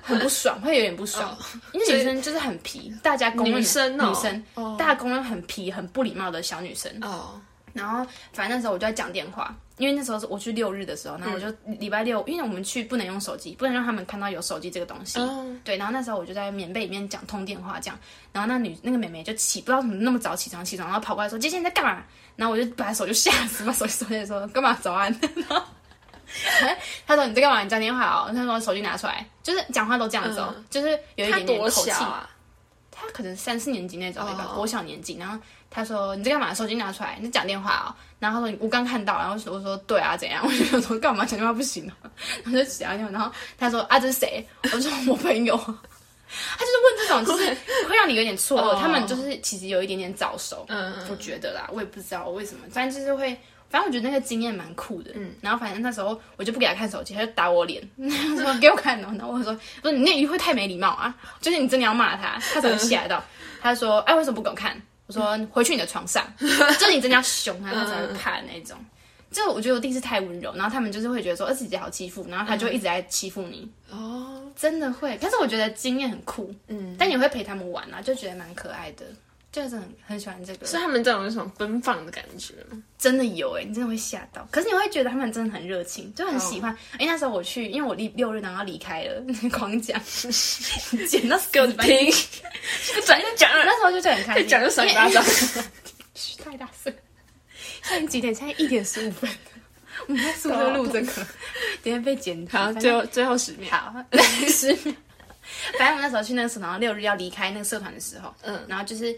很不爽，会有点不爽，因为女生就是很皮，大家公认哦女生哦女生，哦大家公认很皮、很不礼貌的小女生。哦，然后反正那时候我就在讲电话，因为那时候是我去六日的时候，然后我就嗯礼拜六，因为我们去不能用手机，不能让他们看到有手机这个东西。哦对，然后那时候我就在棉被里面讲通电话这样，然后那女那个妹妹就起不知道怎么那么早起床，起床然后跑过来说：“姐姐你在干嘛？”然后我就把手就吓死，把手机收起来说：“ 哎干嘛早安？”然后她说：“你在干嘛？你讲电话哦。”她说：“手机拿出来。”就是讲话都这样子哦，就是有一他点点多口气。小啊？他可能三四年级那种，吧，哦国小年纪。然后他说：“你在干嘛？手机拿出来，你在讲电话哦。”然后他说：“我刚看到。”然后我说我说：“对啊，怎样？”我就说：“干嘛讲电话不行哦？”然后就讲电话。然后他说：“啊，这是谁？”我说：“我朋友。”他就是问这种，就是会让你有点错愕。哦他们就是其实有一点点早熟，嗯，我觉得啦，我也不知道为什么，反正就是会。反正我觉得那个经验蛮酷的，嗯，然后反正那时候我就不给他看手机，他就打我脸， 他说给我看哦，然后我说，我说你那鱼会太没礼貌啊，就是你真的要骂他，他才会吓到。他说，哎，为什么不给我看？我说回去你的床上， 就是你真的要凶他，他才会怕的那种。啊就我觉得我弟是太温柔，然后他们就是会觉得说，呃，自己好欺负，然后他就一直在欺负你，哦，真的会，但是我觉得经验很酷，嗯，但也会陪他们玩啊，就觉得蛮可爱的，就是很很喜欢这个，所以他们这种有什么奔放的感觉吗？真的有哎、你真的会吓到，可是你会觉得他们真的很热情，就很喜欢。哎、那时候我去，因为我六六日然后离开了， 狂讲，捡到 给我停，不转就讲了，那时候就觉得很开心，讲就甩巴掌。嘘太大声。现在几点？现在一点十五分。啊我们在宿舍录这个，等一下被剪掉。好，反最正后最后十秒。好，十秒。 反正我们那时候去那个社团，然后六日要离开那个社团的时候，嗯，然后就是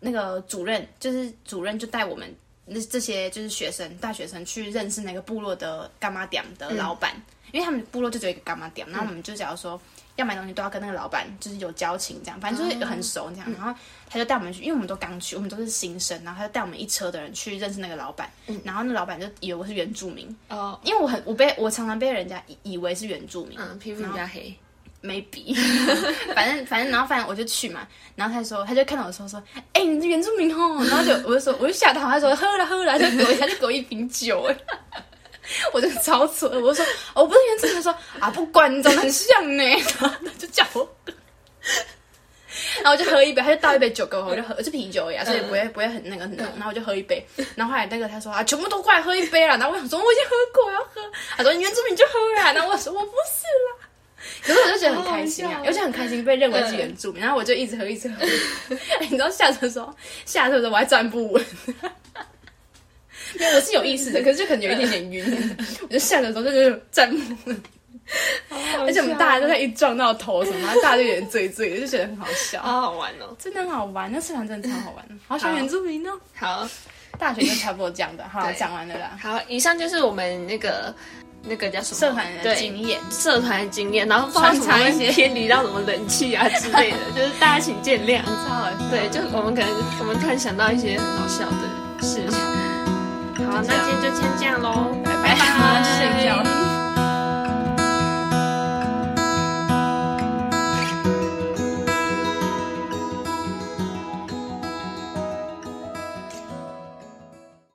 那个主任，就是主任就带我们那这些就是学生大学生去认识那个部落的干妈店的老板，因为他们部落就只有一个干妈店，然后我们就假如说。要买东西都要跟那个老板就是有交情，这样反正就是很熟这样。然后他就带我们去，因为我们都刚去，我们都是新生，然后他就带我们一车的人去认识那个老板。然后那老板就以为我是原住民，哦，因为我很我被我常常被人家以以为是原住民，嗯，皮肤比较黑，没比， 反正反正，然后反正我就去嘛，然后他说，他就看到我说说，哎、你是原住民哦，然后就我就说，我就吓到，他说喝了喝了，他就给我他就给我一瓶酒，哎，我就超蠢，我就说、哦我不是原住民，他说啊不管你长得很像呢，然后他就叫我喝，然后我就喝一杯，他就倒一杯酒嗯给我，我就喝，是啤酒呀，所以不会不会很那个很浓，然后我就喝一杯，然后后来那个他说啊全部都过来喝一杯啦，然后我想说我已经喝过，我要喝，他说你原住民就喝啦，然后我说我不是啦。可是我就觉得很开心好啊好，笑而且很开心被认为嗯是原住民，然后我就一直喝一直喝， 哎你知道下车的时候，下车的时候我还站不稳， 因为我是有意识的，可是就可能有一点点晕， 我就下车的时候就觉得站不稳，而而且我们大家都在一撞到头什么，然后大家就有点醉醉的，就觉得很好笑，好好玩 哦。真的很好玩，那社团真的超好玩，好喜欢原住民哦。好大学就差不多这样的，好对讲完了啦，好，以上就是我们那个那个叫什么社团的对经验。社团的经验，然后穿插一些偏离到什么冷气啊之类的， 就是大家请见谅。超好笑对，就我们可能我们突然想到一些很好笑的事情。好，那今天就先这样喽，拜拜，拜拜去睡觉。